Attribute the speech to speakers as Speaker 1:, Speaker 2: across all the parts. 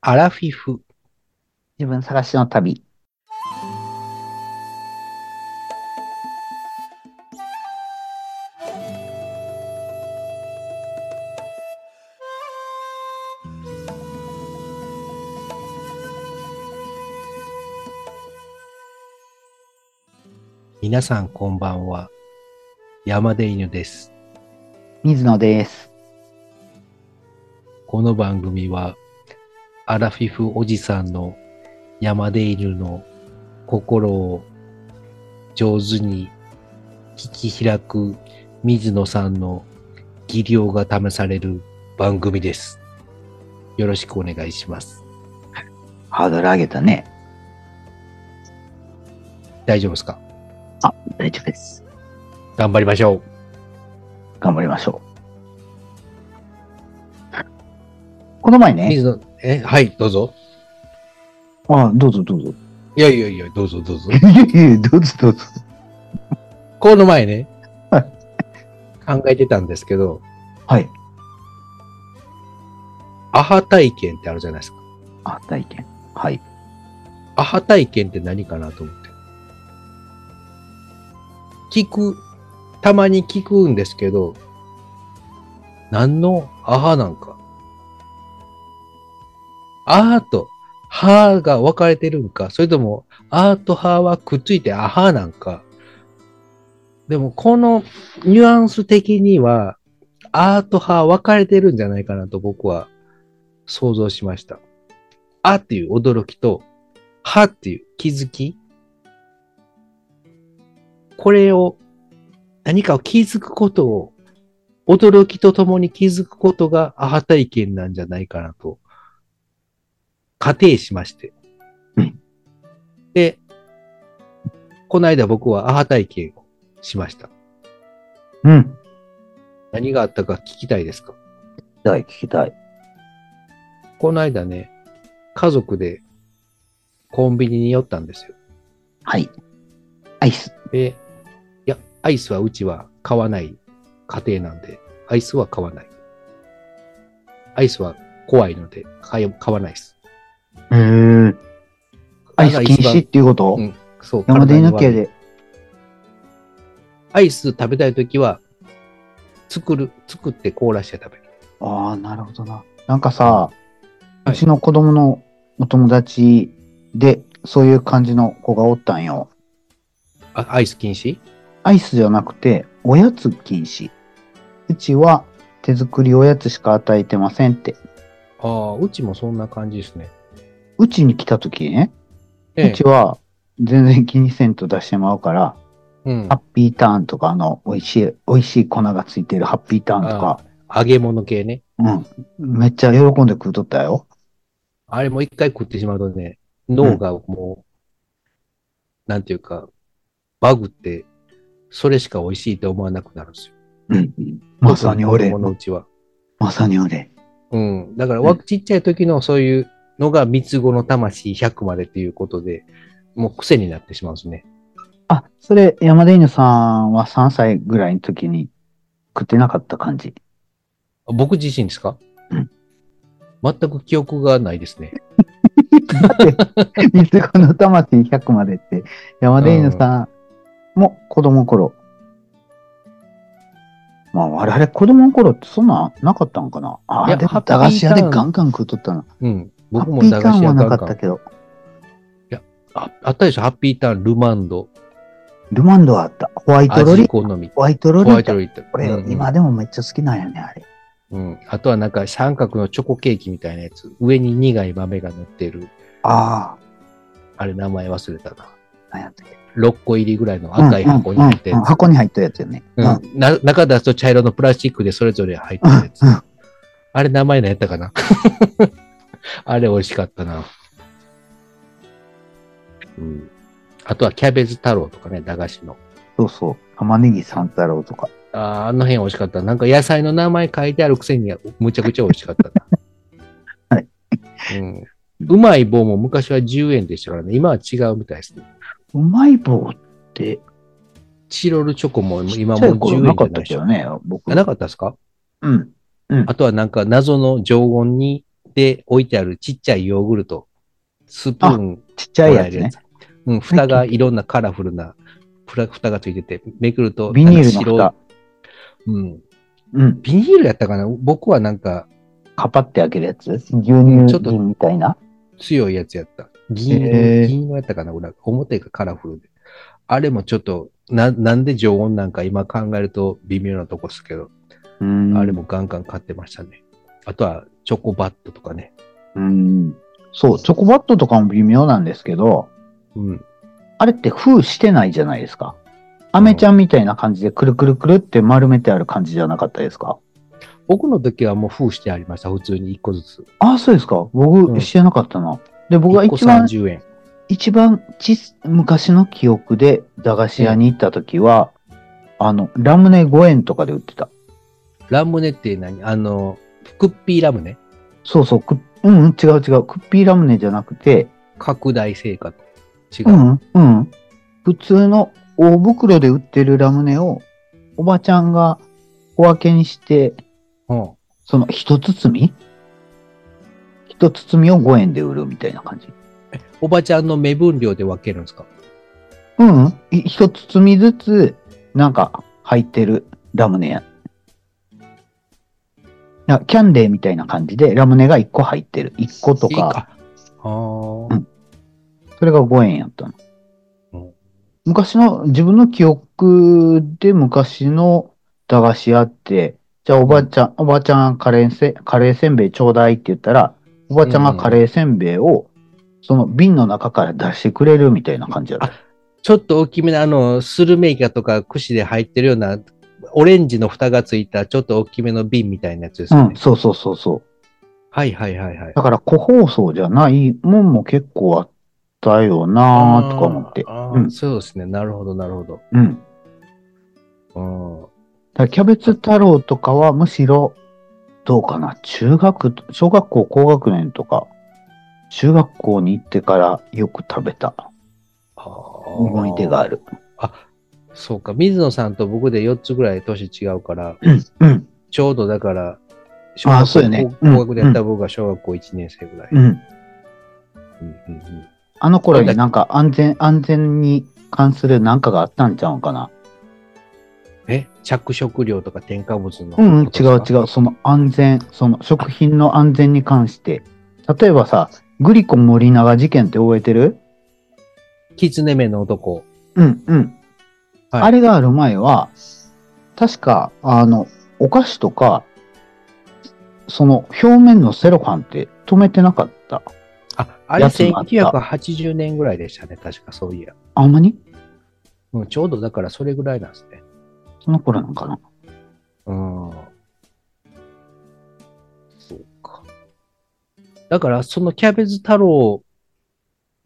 Speaker 1: アラフィフ。自分探しの旅。
Speaker 2: 皆さんこんばんは。山出犬です。
Speaker 1: 水野です。
Speaker 2: この番組は、アラフィフおじさんの山出犬の心を上手に聞き開く水野さんの技量が試される番組です。よろしくお願いします。
Speaker 1: ハードル上げたね。
Speaker 2: 大丈夫ですか
Speaker 1: 大丈夫です。
Speaker 2: 頑張りましょう。
Speaker 1: 頑張りましょう。この前ね。
Speaker 2: 水野、え、はい、どうぞ。
Speaker 1: あどうぞどうぞ。
Speaker 2: いやいやいや、どうぞどうぞ。
Speaker 1: いやいや、どうぞどうぞ。
Speaker 2: この前ね
Speaker 1: は、
Speaker 2: 考えてたんですけど、
Speaker 1: はい。
Speaker 2: アハ体験ってあるじゃないですか。
Speaker 1: あ、体験。はい。
Speaker 2: アハ体験って何かなと思って。聞く、たまに聞くんですけど、何のアハなんか。アハとハが分かれてるんか、それともアハとハはくっついてアハなんか。でもこのニュアンス的には、アーとハ分かれてるんじゃないかなと僕は想像しました。アっていう驚きと、はっていう気づき。これを、何かを気づくことを、驚きとともに気づくことがアハ体験なんじゃないかなと、仮定しまして
Speaker 1: うん。
Speaker 2: で、この間僕はアハ体験をしました。
Speaker 1: うん。
Speaker 2: 何があったか聞きたいですか
Speaker 1: 聞きたい、聞きたい。
Speaker 2: この間ね、家族でコンビニに寄ったんですよ。
Speaker 1: はい。アイス。
Speaker 2: で、いや、アイスはうちは買わない家庭なんで、アイスは買わない。アイスは怖いので、買え買わないです。
Speaker 1: へえ。アイス禁止っ
Speaker 2: 止
Speaker 1: ていうこと、
Speaker 2: うんそう、
Speaker 1: 山
Speaker 2: 体
Speaker 1: 出
Speaker 2: に
Speaker 1: 抜
Speaker 2: 悪い
Speaker 1: けで。
Speaker 2: アイス食べたいときは、作る、作って凍らして食べる。
Speaker 1: ああ、なるほどな。なんかさ、
Speaker 2: はいう
Speaker 1: ちの子供のお友達で、そういう感じの子がおったんよ。
Speaker 2: あアイス禁止
Speaker 1: アイスじゃなくて、おやつ禁止。うちは手作りおやつしか与えてませんって。
Speaker 2: ああ、うちもそんな感じですね。
Speaker 1: うちに来た時ね、
Speaker 2: ええ
Speaker 1: うちは全然気にせんと出してまうから、
Speaker 2: うん
Speaker 1: ハッ。ピーターンとか、あの、美味しい、美味しい粉がついてるハッピーターンとか、
Speaker 2: 揚げ物系ね。
Speaker 1: うん。めっちゃ喜んで食うとったよ。
Speaker 2: あれも一回食ってしまうとね、脳がもう、なんていうか、バグって、それしか美味しいと思わなくなるんですよ。
Speaker 1: うん。まさに俺
Speaker 2: 子供、のうちは。
Speaker 1: まさに俺。
Speaker 2: うん。だから、わ
Speaker 1: うん
Speaker 2: ちっちゃい時のそういうのが三つ子の魂100までっていうことで、もう癖になってしまうんですね。
Speaker 1: あ、それ、山田犬さんは3歳ぐらいの時に食ってなかった感じ。
Speaker 2: 僕自身ですか
Speaker 1: うん
Speaker 2: 全く記憶がないですね。
Speaker 1: だって、三つ子の魂100までって、山田犬さんも子供の頃。まあ、我々子供の頃ってそんなんなかったんかな。あ
Speaker 2: い
Speaker 1: あ、
Speaker 2: や
Speaker 1: で
Speaker 2: ハ
Speaker 1: も
Speaker 2: ッピー
Speaker 1: 駄菓子屋で
Speaker 2: ターン
Speaker 1: ガンガン食うとったな。
Speaker 2: うん。
Speaker 1: ハ
Speaker 2: 僕
Speaker 1: ッ
Speaker 2: も
Speaker 1: ピ
Speaker 2: 駄
Speaker 1: ータ
Speaker 2: 菓
Speaker 1: ーン
Speaker 2: 子
Speaker 1: は
Speaker 2: 屋
Speaker 1: な
Speaker 2: ガンガ
Speaker 1: かった
Speaker 2: ン
Speaker 1: けど、
Speaker 2: ああったでしょハッピーターン、ルマンド、
Speaker 1: ルマンドはあった。ホワイトロ
Speaker 2: 味
Speaker 1: リ。
Speaker 2: 好み、
Speaker 1: ホワイトロ
Speaker 2: ホ
Speaker 1: リ
Speaker 2: ワイ
Speaker 1: ータ
Speaker 2: ト。ロリって。
Speaker 1: これ、
Speaker 2: うんうん
Speaker 1: 今でもめっちゃ好きなんよね、あれ。
Speaker 2: うん。あとはなんか三角のチョコケーキみたいなやつ。上に苦い豆が乗ってる。
Speaker 1: あ
Speaker 2: あれ名前忘れたな。
Speaker 1: あ、なんやったっけ。
Speaker 2: 6個入りぐらいの赤い箱に入って
Speaker 1: うんうんうんうん箱に入ったやつよね。
Speaker 2: うんな中出すと茶色のプラスチックでそれぞれ入ってるやつ
Speaker 1: うんうん。
Speaker 2: あれ名前何やったかな あれ美味しかったな。うん。あとはキャベツ太郎とかね、駄菓子の。
Speaker 1: そうそう。玉ねぎ三太郎とか。
Speaker 2: あーあの辺美味しかった。なんか野菜の名前書いてあるくせにむちゃくちゃ美味しかったな。
Speaker 1: はい
Speaker 2: うん。うまい棒も昔は10円でしたからね。今は違うみたいですね。
Speaker 1: うまい棒って、
Speaker 2: チロルチョコも今も
Speaker 1: ちっちゃ
Speaker 2: う
Speaker 1: い
Speaker 2: 10
Speaker 1: 頃
Speaker 2: 円
Speaker 1: な
Speaker 2: じ
Speaker 1: か
Speaker 2: ゃ
Speaker 1: っ
Speaker 2: ない
Speaker 1: た
Speaker 2: で
Speaker 1: け
Speaker 2: しょ
Speaker 1: ど。ね、僕。
Speaker 2: あなかったですか
Speaker 1: うん。
Speaker 2: あとはなんか謎の常温にて置いてあるちっちゃいヨーグルト、スプーン
Speaker 1: ちっちゃい
Speaker 2: もら
Speaker 1: や
Speaker 2: え
Speaker 1: つ
Speaker 2: るや
Speaker 1: ね
Speaker 2: つ。。うん、蓋がいろんなカラフルな、ふら蓋がついてて、めくると、
Speaker 1: ビニールの
Speaker 2: なんか
Speaker 1: 蓋。
Speaker 2: 白いうん。
Speaker 1: うん。
Speaker 2: ビニールやったかな僕はなんか
Speaker 1: カパって開けるやつ牛乳
Speaker 2: ちょっと
Speaker 1: 瓶みたいな。
Speaker 2: 強いやつやった。銀色、
Speaker 1: へー
Speaker 2: 銀色やったかな裏表がカラフルで。あれもちょっと、な、なんで常温なんか今考えると微妙なとこですけど、
Speaker 1: うん
Speaker 2: あれも。ガンガン買ってましたね。あとは、チョコバットとかね。
Speaker 1: うん。そう、チョコバットとかも微妙なんですけど、
Speaker 2: うん。
Speaker 1: あれって封してないじゃないですか。アメちゃんみたいな感じでくるくるくるって丸めてある感じじゃなかったですか
Speaker 2: 僕の時はもう封してありました。普通に1個ずつ。
Speaker 1: あ、そうですか。
Speaker 2: うん
Speaker 1: 僕、してなかったな。で、僕が
Speaker 2: 1個
Speaker 1: 一番、
Speaker 2: 30円。
Speaker 1: 一番ち昔の記憶で駄菓子屋に行った時は、あの、ラムネ5円とかで売ってた。
Speaker 2: ラムネって何あの、クッピーラムネ
Speaker 1: そうそう、くうん、うん、違う違う。クッピーラムネじゃなくて、
Speaker 2: 拡大成果と。違
Speaker 1: う
Speaker 2: う。
Speaker 1: ん、うん。普通の大袋で売ってるラムネを、おばちゃんが小分けにして、
Speaker 2: うん。
Speaker 1: その一包み一包みを5円で売るみたいな感じ。
Speaker 2: おばちゃんの目分量で分けるんですか
Speaker 1: うん、うん。い一包みずつ、なんか入ってるラムネや。なキャンデーみたいな感じでラムネが1個入ってる。1個と
Speaker 2: いい
Speaker 1: か、
Speaker 2: か。あー
Speaker 1: うんそれが5円やったの
Speaker 2: うん。
Speaker 1: 昔の、自分の記憶で昔の駄菓子屋って、じゃあおばちゃん、おばちゃんカレーせ、カレーせんべいちょうだいって言ったら、おばちゃんがカレーせんべいを、その瓶の中から出してくれるみたいな感じやった。
Speaker 2: ちょっと大きめな、あの、スルメイカとか串で入ってるような、オレンジの蓋がついた、ちょっと大きめの瓶みたいなやつですよね。
Speaker 1: うん、そうそうそうそう。
Speaker 2: はいはいはいはい。
Speaker 1: だから、個包装じゃないもんも結構あったよなーとか思って。
Speaker 2: あー
Speaker 1: うん
Speaker 2: そうですね。なるほど、なるほど。
Speaker 1: うん。だ
Speaker 2: うん
Speaker 1: からキャベツ太郎とかはむしろ、どうかな、中学、小学校高学年とか、中学校に行ってからよく食べた思い出があ。る。
Speaker 2: あーあ、そうか。水野さんと僕で4つぐらい年違うから、
Speaker 1: うん、
Speaker 2: ちょうどだから、小
Speaker 1: あー
Speaker 2: 学
Speaker 1: そうよね
Speaker 2: 校高学でやった僕が小学校1年生ぐらい。
Speaker 1: うん。
Speaker 2: うんうんうん
Speaker 1: あの頃になんか安全、安全に関するなんかがあったんちゃうんかな。
Speaker 2: え着色料とか添加物の。
Speaker 1: うん、うん、違う違う。その安全、その食品の安全に関して。例えばさ、グリコ森永事件って覚えてる
Speaker 2: う。キツネ目の男。
Speaker 1: うんうん。
Speaker 2: はい
Speaker 1: あれがある前は、確か、あの、お菓子とか、その表面のセロファンって止めてなかった。
Speaker 2: あ、あれ
Speaker 1: やつもあった
Speaker 2: 1980年ぐらいでしたね、確かそういや。
Speaker 1: あほんまに
Speaker 2: うん、ちょうどだからそれぐらいなんですね。
Speaker 1: その頃なんかな。
Speaker 2: うん。そうか。だからそのキャベツ太郎、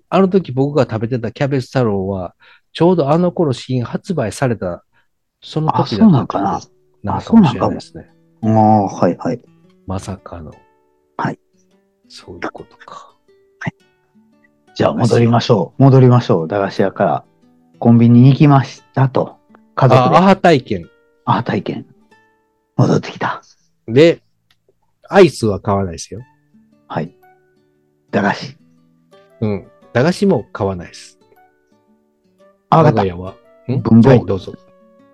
Speaker 2: あの時僕が食べてたキャベツ太郎は、ちょうどあの頃新発売された、その
Speaker 1: あ、
Speaker 2: 時
Speaker 1: そ
Speaker 2: だ
Speaker 1: う
Speaker 2: っ
Speaker 1: な
Speaker 2: た
Speaker 1: んかな。
Speaker 2: のかもしれないですね。
Speaker 1: ああ、はいはい。
Speaker 2: まさかの。
Speaker 1: はい。
Speaker 2: そういうことか。
Speaker 1: じゃあ戻りましょう。戻りましょう。駄菓子屋からコンビニに行きましたと。家
Speaker 2: あ、
Speaker 1: 族
Speaker 2: ア
Speaker 1: で。
Speaker 2: ハ体験。
Speaker 1: あ、体験。戻ってきた。
Speaker 2: で、アイスは買わないですよ。
Speaker 1: はい。駄菓子。
Speaker 2: うん。駄菓子も買わないです。
Speaker 1: あ、わ
Speaker 2: 我
Speaker 1: か
Speaker 2: が
Speaker 1: った。
Speaker 2: 家は。ん
Speaker 1: 文房具
Speaker 2: はい、どうぞ。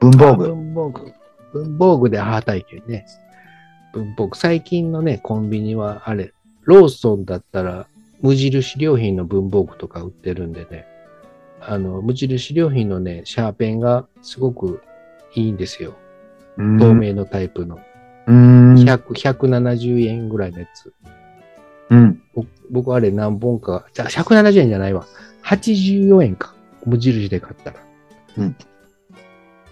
Speaker 1: 文房具。
Speaker 2: 文房具。文房具で母体験ね。文房具。最近のね、コンビニは、あれ、ローソンだったら、無印良品の文房具とか売ってるんでね。あの、無印良品のね、シャーペンがすごくいいんですよ。透明のタイプの。
Speaker 1: うーん。
Speaker 2: 100 170円ぐらいのやつ。
Speaker 1: うん。
Speaker 2: 僕僕あれ何本か、じゃあ170円じゃないわ。84円か。無印で買ったら。
Speaker 1: うん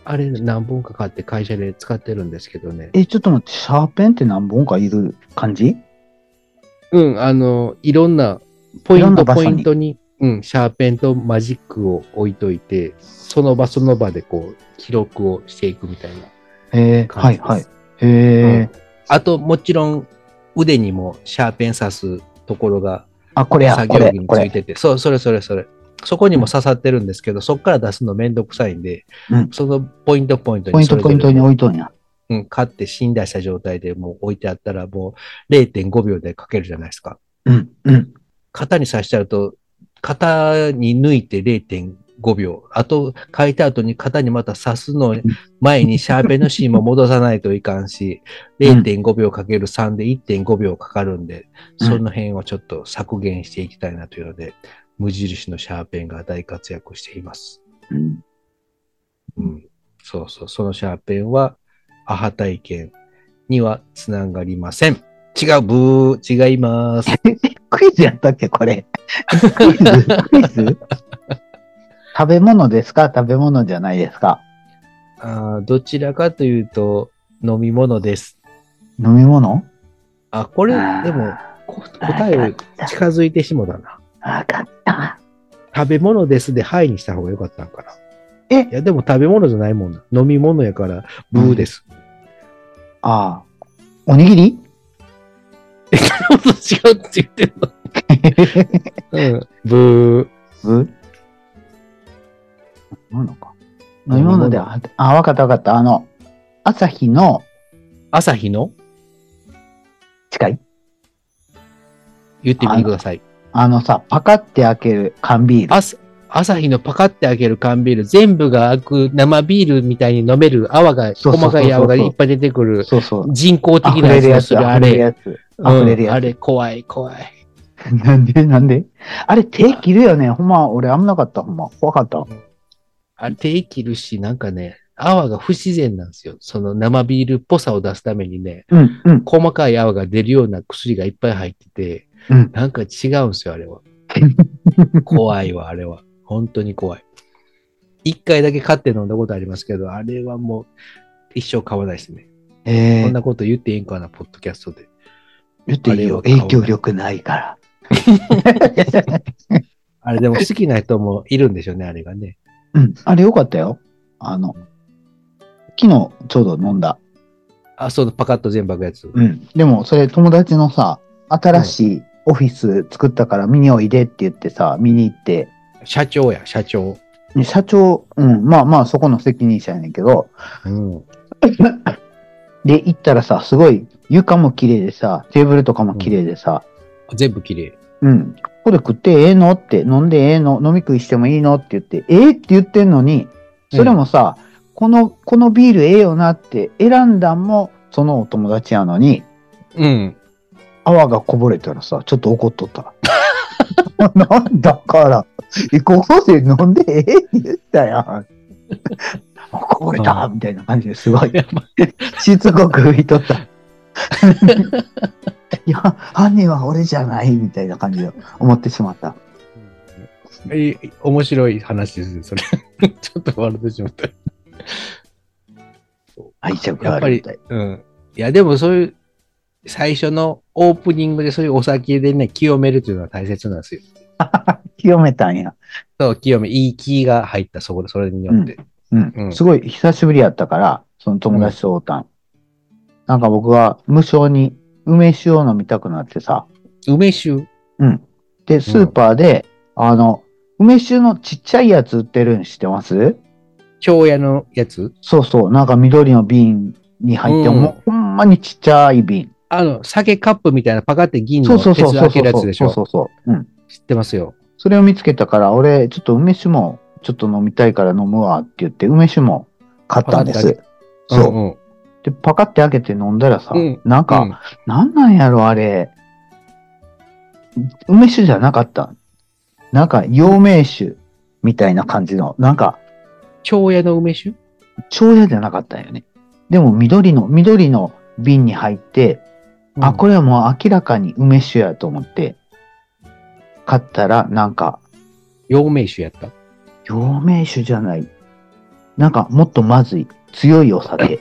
Speaker 2: あれ何本か買って会社で使ってるんですけどね。
Speaker 1: え、ちょっと待って、シャーペンって何本かいる感じ
Speaker 2: うん、あの、いろんなポイ
Speaker 1: いろ
Speaker 2: ン
Speaker 1: んな
Speaker 2: ト、
Speaker 1: 場
Speaker 2: ポ
Speaker 1: 所
Speaker 2: イ
Speaker 1: に
Speaker 2: ントに、うん、シャーペンとマジックを置いといて、その場その場でこう、記録をしていくみたいな
Speaker 1: えー、は
Speaker 2: 感じ
Speaker 1: い
Speaker 2: です。
Speaker 1: はい。
Speaker 2: うん
Speaker 1: えー、
Speaker 2: あと、もちろん腕にもシャーペン刺すところが
Speaker 1: あ、これや、
Speaker 2: 作
Speaker 1: こ
Speaker 2: 業
Speaker 1: れ
Speaker 2: 着、につ
Speaker 1: こ
Speaker 2: い
Speaker 1: れ。
Speaker 2: てて、そう、それそれそれ。そこにも刺さってるんですけど、そこから出すのめんどくさいんで、
Speaker 1: うん
Speaker 2: そのポイントポイント
Speaker 1: ポイ
Speaker 2: に
Speaker 1: ン
Speaker 2: そ
Speaker 1: ト
Speaker 2: れぞ
Speaker 1: ポ
Speaker 2: れ
Speaker 1: イントに
Speaker 2: の
Speaker 1: 置いとんや。
Speaker 2: うん、買って信頼した状態でもう置いてあったら、もう0.5秒でかけるじゃないですか。
Speaker 1: うん、うん。
Speaker 2: 型に刺しちゃうと、型に抜いて0.5秒。あと、書いた後に型にまた刺すの前にシャーペンの芯も戻さないといかんし、0.5秒かける3で1.5秒かかるんで、
Speaker 1: うん
Speaker 2: その辺をちょっと削減していきたいなというので、無印のシャーペンが大活躍しています。
Speaker 1: うん
Speaker 2: うん。そうそう。そのシャーペンは、アハ体験にはつながりません。違う、ブー、違います。
Speaker 1: クイズやったっけこれ。クイズクイ ズ食べ物ですか食べ物じゃないですか
Speaker 2: あーどちらかというと、飲み物です。
Speaker 1: 飲み物
Speaker 2: あ、これ、
Speaker 1: あー
Speaker 2: でも、こ答えを近づいてしもだな。
Speaker 1: わかった。
Speaker 2: 食べ物ですで、はいにした方が良かったんかな。
Speaker 1: え
Speaker 2: いや、でも食べ物じゃないもんな。飲み物やから、ブーです。
Speaker 1: ああ。おにぎり
Speaker 2: 違うって言ってんの。うん。ブ
Speaker 1: ぶ飲み物か。飲み物で、あ、あわかったわかった。あの、朝日の
Speaker 2: ー。朝日の
Speaker 1: 近い
Speaker 2: 言ってみてください。
Speaker 1: あのさ、パカって開ける缶ビール。
Speaker 2: 朝朝日のパカって開ける缶ビール、全部が開く生ビールみたいに飲める泡が、
Speaker 1: そうそうそうそう
Speaker 2: 細かい泡がいっぱい出てくる、
Speaker 1: そうそう。
Speaker 2: 人工的
Speaker 1: 溢
Speaker 2: な
Speaker 1: れる
Speaker 2: や
Speaker 1: や
Speaker 2: つをす
Speaker 1: つ、
Speaker 2: るあ
Speaker 1: 溢れる
Speaker 2: れ。
Speaker 1: やつ。 溢れるやつ
Speaker 2: うんあれ、怖い、怖い。
Speaker 1: なんでなんであれ手切るよね。ほんま、俺危なかった。ほんま、怖かった。
Speaker 2: あれ、手切るし、なんかね、泡が不自然なんですよ。その生ビールっぽさを出すためにね、
Speaker 1: うん、うん、
Speaker 2: 細かい泡が出るような薬がいっぱい入ってて、
Speaker 1: うん。
Speaker 2: なんか違うんですよ、あれ は。怖いわ、あれは。本当に怖い。一回だけ買って飲んだことありますけど、あれはもう、一生買わないですね。
Speaker 1: え
Speaker 2: こ
Speaker 1: え
Speaker 2: んなこと言っていいんかな、ポッドキャストで。
Speaker 1: 言っていいよ。
Speaker 2: あれは
Speaker 1: 影響力ない から。
Speaker 2: あれ、でも好きな人もいるんでしょうね、あれがね。
Speaker 1: うん。あれよかったよ。あの、昨日ちょうど飲んだ。
Speaker 2: あ、そうだ、パカッと全部開くやつ。
Speaker 1: うん。でも、それ友達のさ、新しいオフィス作ったから見においでって言ってさ、見に行って、
Speaker 2: 社長や、社長。
Speaker 1: で社長、うん、まあまあそこの責任者やねんけど、
Speaker 2: うん。
Speaker 1: で、行ったらさ、すごい床も綺麗でさ、テーブルとかも綺麗でさ、
Speaker 2: 全部綺麗。
Speaker 1: うん。ここで食ってええのって、飲んでええの飲み食いしてもいいのって言って、ええって言ってんのに、それもさ、この、このビールええよなって選んだんも、そのお友達やのに、
Speaker 2: うん。
Speaker 1: 泡がこぼれたらさ、ちょっと怒っとった。なんだから、えここで飲んでええって言ったやん。こぼれたみたいな感じですごい
Speaker 2: やばい
Speaker 1: しつこく言いとった。いや、犯人は俺じゃないみたいな感じで思ってしまった。
Speaker 2: え、面白い話ですね、そ れ。ちょっと笑ってしまった。
Speaker 1: 愛着が
Speaker 2: や
Speaker 1: あ
Speaker 2: っぱ
Speaker 1: るみ
Speaker 2: り
Speaker 1: たい。、
Speaker 2: うん。いや、でもそういう、最初のオープニングでそういうお酒でね、清めるというのは大切なんですよ。
Speaker 1: 清めたんや。
Speaker 2: そう、清め、いい気が入った、そこで、それによって。
Speaker 1: うん。
Speaker 2: うん
Speaker 1: すごい久しぶりやったから、その友達と会うたん。なんか僕は無性に梅酒を飲みたくなってさ。
Speaker 2: 梅酒
Speaker 1: うん。で、スーパーで、あの、梅酒のちっちゃいやつ売ってるん知ってます
Speaker 2: 京屋のやつ
Speaker 1: そうそう。なんか緑の瓶に入って、
Speaker 2: うん
Speaker 1: もうほんまにちっちゃい瓶。
Speaker 2: あの、酒カップみたいなパカって銀
Speaker 1: そ
Speaker 2: の
Speaker 1: うそう
Speaker 2: 鉄
Speaker 1: そう
Speaker 2: で
Speaker 1: そう
Speaker 2: 開け
Speaker 1: そう
Speaker 2: るやつでし
Speaker 1: そうそ
Speaker 2: ょ
Speaker 1: うそう。うん。
Speaker 2: 知ってますよ。
Speaker 1: それを見つけたから、俺、ちょっと梅酒も、ちょっと飲みたいから飲むわって言って、梅酒も買ったんで
Speaker 2: パカッ
Speaker 1: す。そう。
Speaker 2: うん
Speaker 1: で、パカって開けて飲んだらさ、
Speaker 2: うん
Speaker 1: なんか、
Speaker 2: うん
Speaker 1: なんなんやろ、あれ。梅酒じゃなかった。なんか、陽明酒みたいな感じの、なんか、
Speaker 2: 京屋の梅酒
Speaker 1: 蝶屋じゃなかったんよね。でも、緑の、緑の瓶に入って、あ、これはもう明らかに梅酒やと思って、買ったら、なんか、
Speaker 2: れ。陽明酒やった。
Speaker 1: 陽明酒じゃない。なんか、もっとまずい。強いお酒。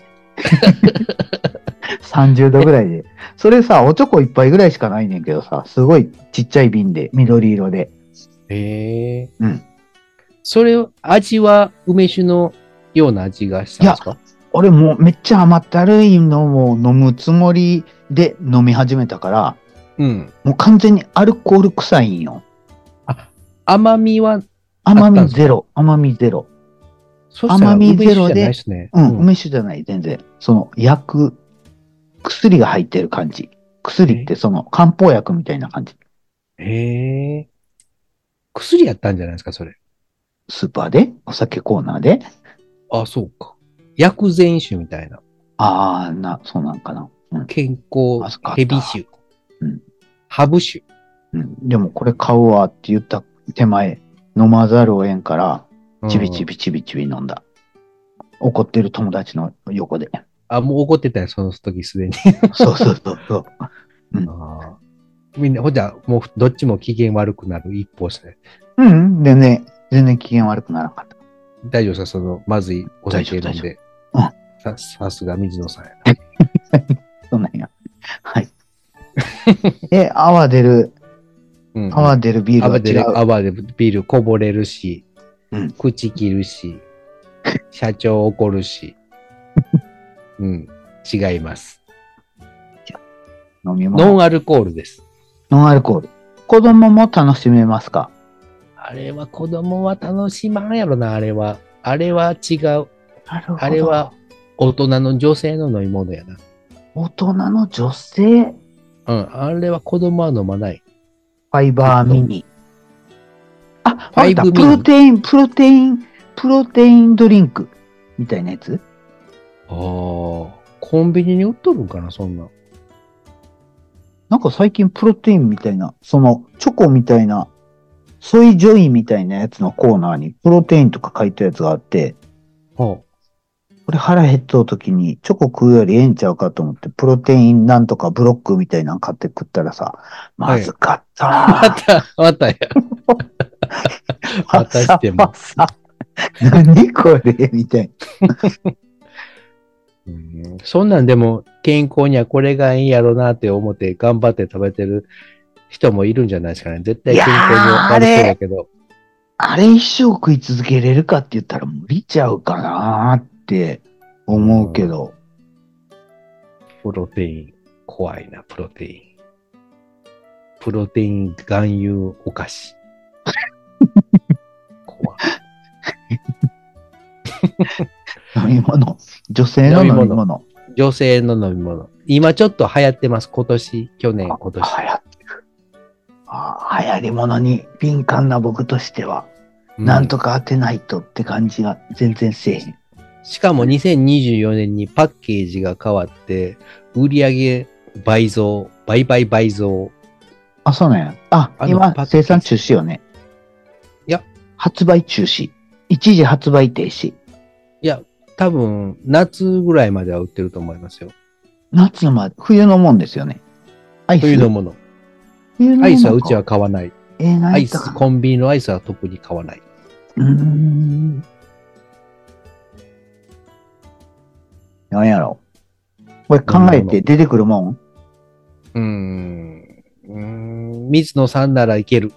Speaker 1: 30度ぐらいで。それさ、おちょこ一杯ぐらいしかないねんけどさ、すごいちっちゃい瓶で、緑色で。
Speaker 2: へえ。
Speaker 1: うん。
Speaker 2: それ、味は梅酒のような味がしたんですか
Speaker 1: 俺もうめっちゃ甘ったるいのを飲むつもりで飲み始めたから、
Speaker 2: うん。
Speaker 1: もう完全にアルコール臭いんよ。
Speaker 2: 甘みは、
Speaker 1: 甘
Speaker 2: あったん
Speaker 1: み
Speaker 2: す
Speaker 1: ゼロ、甘みゼロ。
Speaker 2: そしたら
Speaker 1: 甘みゼロ
Speaker 2: 梅酒じゃない
Speaker 1: で
Speaker 2: っすね。
Speaker 1: うん、梅酒じゃない、全然。その、薬、薬が入ってる感じ。薬ってその、漢方薬みたいな感じ。
Speaker 2: へえ。薬やったんじゃないですか、それ。
Speaker 1: スーパーでお酒コーナーで
Speaker 2: あ、そうか。薬膳酒みたいな。
Speaker 1: ああ、な、そうなんかな。うん。
Speaker 2: 健康
Speaker 1: あそっか、
Speaker 2: ヘビ酒。
Speaker 1: うん。
Speaker 2: ハブ酒。
Speaker 1: うん、でも、これ買うわって言った手前、飲まざるをえんから、ちびち
Speaker 2: び。
Speaker 1: びちびちび飲んだ。怒ってる友達の 横で。
Speaker 2: あ、もう怒ってたよ、その時すで に。
Speaker 1: そうそうそうそう。
Speaker 2: あーみんな、ほんじゃ、もう、どっちも機嫌悪くなる一方ですね。
Speaker 1: うん、うん全然、全然機嫌悪くならなかった。
Speaker 2: 大丈夫ですかその、まずいお酒飲んで。
Speaker 1: 大丈
Speaker 2: ささすが水野さんや。
Speaker 1: そうなんや。 はい。で、泡出る、
Speaker 2: うん
Speaker 1: 泡出るビール
Speaker 2: 泡で、
Speaker 1: は違う。
Speaker 2: 泡でビールこぼれるし、
Speaker 1: うん
Speaker 2: 口切るし、社長怒る し。うん、違います。
Speaker 1: 飲み
Speaker 2: ノ
Speaker 1: 物。
Speaker 2: ンアルコールです。
Speaker 1: ノンアルコール。子供も楽しめますか
Speaker 2: あれは子供は楽しまんやろな、あれは。あれは違う。あれは。大人の女性の飲み物やな。
Speaker 1: 大人の女性、フ
Speaker 2: うん、あれは子供は飲まない。
Speaker 1: ァイバーミニ。あ、ファイ
Speaker 2: ファイ
Speaker 1: プ
Speaker 2: ブミニ
Speaker 1: ロテイン、プロテイン、プロテインドリンクみたいなやつ
Speaker 2: ああ、コンビニに売っとるんかな、そんな。
Speaker 1: なんか最近プロテインみたいな、そのチョコみたいな、ソイジョイみたいなやつのコーナーにプロテインとか書いたやつがあって、
Speaker 2: は
Speaker 1: これ腹減っとう時にチョコ食うよりええんちゃうかと思って、プロテインなんとかブロックみたいなの買って食ったらさ、まずかった。
Speaker 2: あ、また、またや。またしても
Speaker 1: パサパサ 何これみたいな。
Speaker 2: うんそんなんでも健康にはこれがいいんやろなって思って頑張って食べてる人もいるんじゃないですかね。絶対健康には悪そうだけど。
Speaker 1: あれ一生食い続けれるかって言ったら無理ちゃうかなーって思うけど、
Speaker 2: プロテイン。怖いな、プロテイン。プロテイン含有お菓子。怖い。
Speaker 1: 飲み物、女性の飲み
Speaker 2: 飲み
Speaker 1: 物。
Speaker 2: 女性の飲み物。今ちょっと流行ってます。今年、去年、今年。
Speaker 1: 流行ってる。あー流行り物に敏感な僕としては、なんとか当てないとって感じが全然せえへん。
Speaker 2: しかも2024年にパッケージが変わって、売り上げ倍増、倍倍倍増。
Speaker 1: あ、そうなんや。あ、
Speaker 2: あの
Speaker 1: 今
Speaker 2: パッケー
Speaker 1: 生
Speaker 2: ジ
Speaker 1: 産中止よね。
Speaker 2: いや。
Speaker 1: 発売中止。一時発売停止。
Speaker 2: いや、多分、夏ぐらいまでは売ってると思いますよ。
Speaker 1: 夏のまで、冬のもんですよね。アイス。
Speaker 2: 冬のもの。
Speaker 1: 冬のもんか
Speaker 2: アイスはうちは。買わない。
Speaker 1: えー、な
Speaker 2: ア
Speaker 1: い
Speaker 2: イ
Speaker 1: か
Speaker 2: ス、コンビニのアイスは特に買わない。
Speaker 1: うーん。なんやろ。これ考えて出てくるもん
Speaker 2: うーん。うーん。水野さんならいける。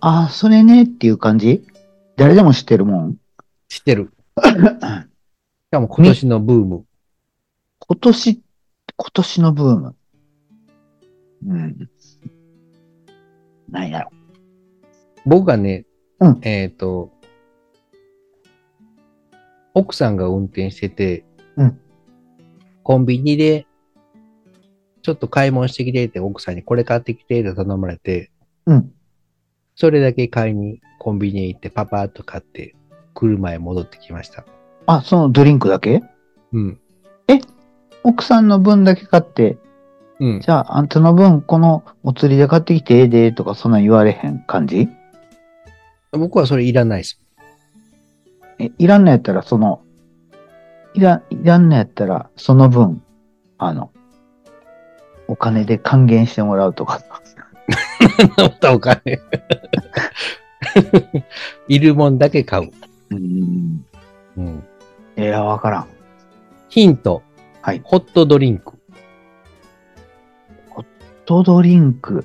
Speaker 1: ああ、それねっていう感じ誰でも知ってるもん。
Speaker 2: 知って る。しかも今年のブーム。
Speaker 1: 今年、今年のブーム。うん。なんやろ。
Speaker 2: 僕がね、
Speaker 1: うん
Speaker 2: えっ、と、奥さんが運転してて、
Speaker 1: うん
Speaker 2: コンビニで、ちょっと買い物してきてって奥さんにこれ買ってきてって頼まれて、
Speaker 1: うん。
Speaker 2: それだけ買いにコンビニへ行ってパパーっと買って、車へ戻ってきました。
Speaker 1: あ、そのドリンクだけ
Speaker 2: うん。
Speaker 1: 奥さんの分だけ買って、
Speaker 2: うん。
Speaker 1: じゃああんたの分このお釣りで買ってきてええでとかそんなん言われへん感じ
Speaker 2: 僕はそれいらないです。
Speaker 1: え、いらんのやったらその、いら、いらんのやったらその分、あの、お金で還元してもらうとか。
Speaker 2: 買ったお金。 いるもんだけ買う。
Speaker 1: うん。
Speaker 2: うん。
Speaker 1: えらわからん。
Speaker 2: ヒント。
Speaker 1: はい
Speaker 2: ホットドリンク。
Speaker 1: ホットドリンク。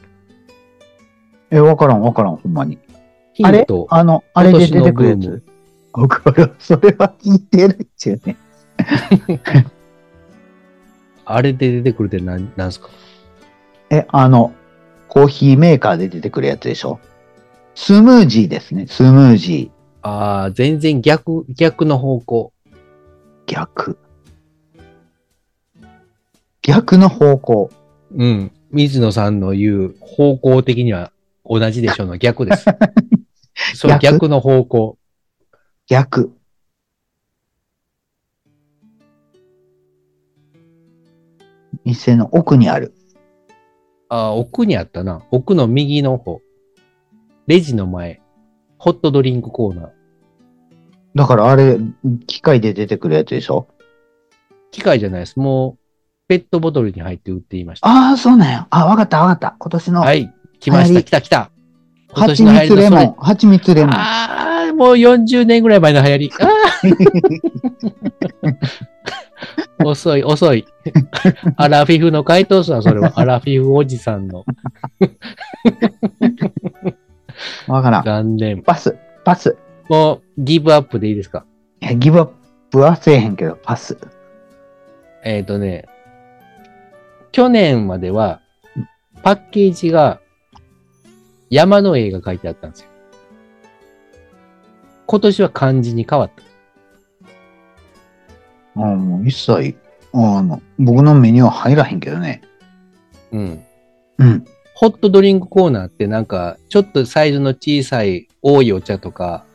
Speaker 1: え、わからん、わからん、ほんまに。
Speaker 2: ヒ
Speaker 1: あ
Speaker 2: ン
Speaker 1: れ
Speaker 2: ト。
Speaker 1: あの、あれで出てくるや
Speaker 2: 今年のブー
Speaker 1: つ。わかる。それは聞いてないっちゅうね。
Speaker 2: あれで出てくるって何なんすか
Speaker 1: え、あの、コーヒーメーカーで出てくるやつでしょ。スムージーですね、スムージ
Speaker 2: ああ、全然逆、逆の方向。
Speaker 1: 逆。逆の方向。
Speaker 2: うん。水野さんの言う方向的には同じでしょうの逆 です。そう、
Speaker 1: 逆
Speaker 2: 逆の方向。
Speaker 1: 逆。店の奥にある。
Speaker 2: ああ、奥にあったな。奥の右の方。レジの前。ホットドリンクコーナー。
Speaker 1: だからあれ、機械で出てくるやつでしょ
Speaker 2: 機械じゃないです。もう、ペットボトルに入って売っていました。
Speaker 1: ああ、そうなんや。あ、わかったわかった。今年の
Speaker 2: はい。来まし
Speaker 1: 流行
Speaker 2: た、
Speaker 1: り
Speaker 2: 来た、来た。今年
Speaker 1: 蜂
Speaker 2: の流行り
Speaker 1: 蜜
Speaker 2: の
Speaker 1: レ
Speaker 2: そ
Speaker 1: モ
Speaker 2: れ
Speaker 1: ン。蜂蜜レモン。
Speaker 2: ああ、もう40年ぐらい前の流 行り。ああ 遅い、遅い。アラフィフの回答者はそれは。アラフィフおじさんの。
Speaker 1: わからん。
Speaker 2: 残念。
Speaker 1: パス、パス。
Speaker 2: もう、ギブアップでいいですか
Speaker 1: いや、ギブアップはせえへんけど、パス。
Speaker 2: えっ、とね、去年までは、パッケージが、山の絵が書いてあったんですよ。今年は漢字に変わった。
Speaker 1: あーもう一切、あの、僕の目には入らへんけどね。
Speaker 2: うん。
Speaker 1: うん。
Speaker 2: ホットドリンクコーナーってなんか、ちょっとサイズの小さい多いお茶とか、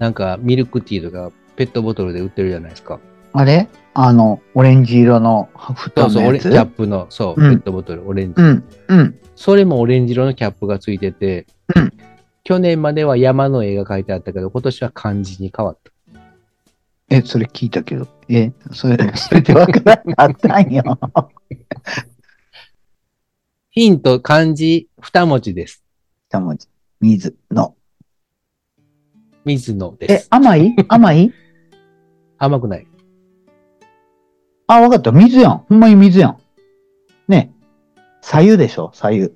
Speaker 2: なんかミルクティーとかペットボトルで売ってるじゃないですか。
Speaker 1: あれあの、オレンジ色の
Speaker 2: そ
Speaker 1: 蓋
Speaker 2: うそう、
Speaker 1: の
Speaker 2: オレ
Speaker 1: や
Speaker 2: キ
Speaker 1: つ
Speaker 2: ャップの、そう、
Speaker 1: うん
Speaker 2: ペットボトル、オレンジ。
Speaker 1: うん、うん。
Speaker 2: それもオレンジ色のキャップがついてて、
Speaker 1: うん
Speaker 2: 去年までは山の絵が書いてあったけど、今年は漢字に変わった。
Speaker 1: え、それ聞いたけど。え、それ、それでわからなかったん よ。
Speaker 2: ヒント、漢字、二文字です。
Speaker 1: 二文字。水の。
Speaker 2: 水野で
Speaker 1: え
Speaker 2: す、。
Speaker 1: 甘い甘い
Speaker 2: 甘くない。
Speaker 1: あ、わかった。水やん。ほんまに水やん。ね。左右でしょ左右。
Speaker 2: フ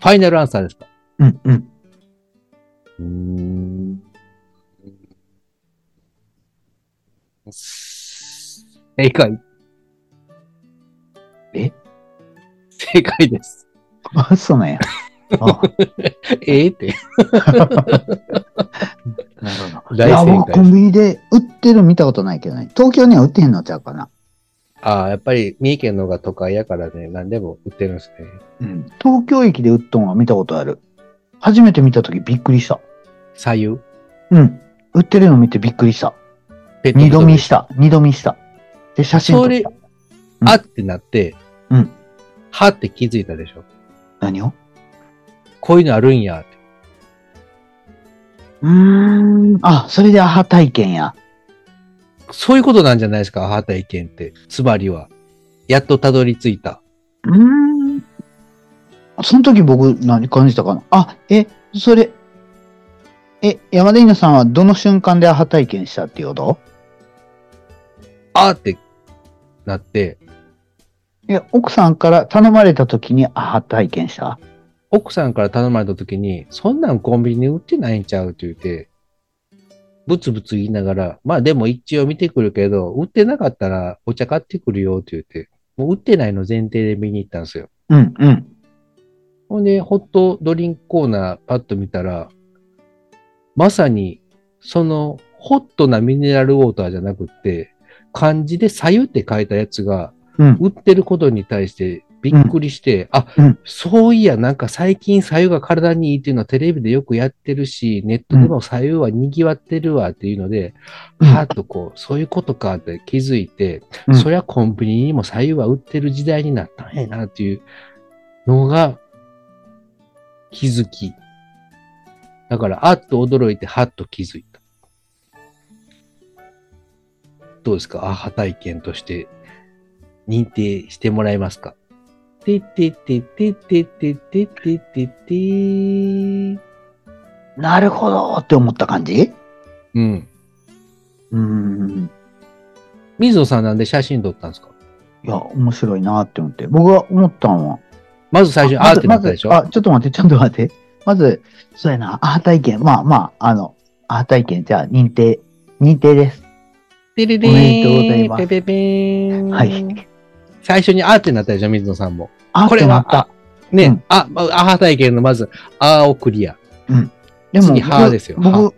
Speaker 2: ァイナルアンサーですか
Speaker 1: うん、うん。
Speaker 2: うーん正解。
Speaker 1: え
Speaker 2: 正解 です。
Speaker 1: あ、そう なんや。あ、
Speaker 2: ええって。
Speaker 1: なるほど。い
Speaker 2: 大
Speaker 1: や、
Speaker 2: 正解
Speaker 1: 僕コンビニで売ってるの見たことないけどね。東京には売ってへんのちゃうかな。
Speaker 2: ああ、やっぱり三重県の方が都会やからね、何でも売ってるんですね。
Speaker 1: うん。東京駅で売っとんは見たことある。初めて見たときびっくりした。
Speaker 2: 左右
Speaker 1: うん。売ってるの見てびっくりした。
Speaker 2: ペットボ
Speaker 1: 二
Speaker 2: ト
Speaker 1: 度
Speaker 2: ル
Speaker 1: 見した。二度見した。で、写真撮
Speaker 2: そ
Speaker 1: っ
Speaker 2: れ
Speaker 1: た。、うん
Speaker 2: あってなって、
Speaker 1: うん。
Speaker 2: はって気づいたでしょ。
Speaker 1: 何を
Speaker 2: こういうのあるんやって。
Speaker 1: うーん。あ、それでアハ体験や。
Speaker 2: そういうことなんじゃないですか、アハ体験って。つまりは。やっとたどり着いた。
Speaker 1: うーん。その時僕何感じたかなあ、え、それ、え、山田稲さんはどの瞬間でアハ体験したっていうこと
Speaker 2: あーってなって、
Speaker 1: いや、奥さんから頼まれた時にアハ体験した
Speaker 2: 奥さんから頼まれた時に、そんなんコンビニに売ってないんちゃうって言って、ブツブツ言いながら、まあでも一応見てくるけど、売ってなかったらお茶買ってくるよって言って、もう売ってないの前提で見に行ったんですよ。
Speaker 1: うん、うん。
Speaker 2: ほんで、ホットドリンクコーナーパッと見たら、まさに、その、ホットなミネラルウォーターじゃなくって、漢字で左右って書いたやつが、
Speaker 1: うん。
Speaker 2: 売ってることに対してびっくりして、あ、
Speaker 1: うん
Speaker 2: そういや、なんか最近左右が体にいいっていうのはテレビでよくやってるし、ネットでも左右は賑わってるわっていうので、
Speaker 1: うん
Speaker 2: はーっとこう、そういうことかって気づいて、
Speaker 1: うん
Speaker 2: そりゃコンビニにも左右は売ってる時代になったんやなっていうのが気づき。だから、あっと驚いて、はっと気づいた。どうですかアハ体験として認定してもらえますかてててててててててて
Speaker 1: なるほどって思った感じ
Speaker 2: うん。
Speaker 1: うーん。
Speaker 2: 水野さんなんで写真撮ったんですか
Speaker 1: いや、面白いなって思って。僕が思ったのは。
Speaker 2: まず最初に、あーってな
Speaker 1: ま
Speaker 2: ったで
Speaker 1: ず
Speaker 2: し、ょ
Speaker 1: あ、ちょっと待って、ちょっと待って。まず、そうやな、アハ体験。まあまあ、あの、アハ体験、じゃあ、認定、認定です。
Speaker 2: てれれーん。
Speaker 1: おめでとうございます
Speaker 2: ぺぺぺーん。
Speaker 1: はい。
Speaker 2: 最初にあーってなったでしょ、水野さんも。
Speaker 1: あ
Speaker 2: これは
Speaker 1: ってなった。
Speaker 2: ね、
Speaker 1: うん
Speaker 2: あ、まあ、アハ体験のまず、あーをクリア。
Speaker 1: うん。でも
Speaker 2: 次歯ですよ
Speaker 1: 僕、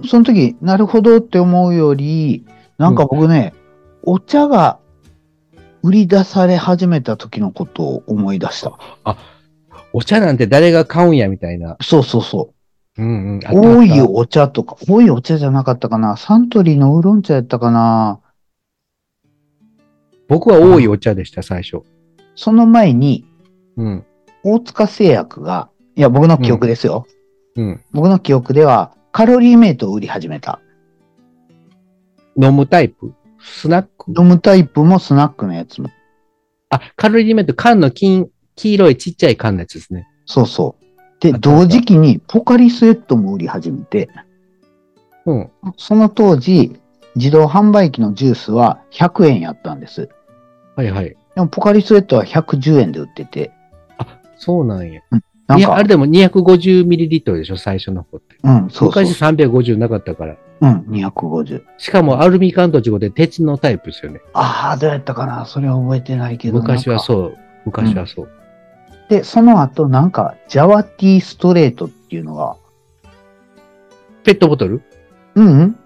Speaker 1: 僕その時、なるほどって思うより、なんか僕ね、お茶が売り出され始めた時のことを思い出した。
Speaker 2: お茶なんて誰が買うんやみたいな。
Speaker 1: そうそうそう。
Speaker 2: うんうん。あったあった
Speaker 1: 多い。お茶とか、多いお茶じゃなかったかな。サントリーのウーロン茶やったかな。
Speaker 2: 僕は多いお茶でした、最初。
Speaker 1: その前に、
Speaker 2: うん。
Speaker 1: 大塚製薬が、いや、僕の記憶ですよ。
Speaker 2: うん。
Speaker 1: 僕の記憶では、カロリーメイトを売り始めた。
Speaker 2: 飲むタイプスナック
Speaker 1: 飲むタイプもスナックのやつも。
Speaker 2: あ、カロリーメイト、缶の金、黄色いちっちゃい缶のやつですね。
Speaker 1: そうそう。で、
Speaker 2: あったあっ
Speaker 1: 同
Speaker 2: た
Speaker 1: 時期にポカリスエットも売り始めて、
Speaker 2: うん。
Speaker 1: その当時、自動販売機のジュースは100円やったんです。
Speaker 2: はいはい。
Speaker 1: でもポカリスエットは110円で売ってて、
Speaker 2: あ、そうなんや。
Speaker 1: ないん
Speaker 2: や、
Speaker 1: か、
Speaker 2: あれでも 250ml でしょ、最初の方って。
Speaker 1: うん、そうそう。
Speaker 2: 昔350なかったから。
Speaker 1: うん、250。
Speaker 2: しかもアルミ缶と違って鉄のタイプですよね。
Speaker 1: ああ、どうやったかなそれは覚えてないけど。
Speaker 2: 昔は
Speaker 1: う。
Speaker 2: そう。昔はそう。
Speaker 1: で、その後、なんか、ジャワティーストレートっていうのが、
Speaker 2: ペットボトル
Speaker 1: うん、うん、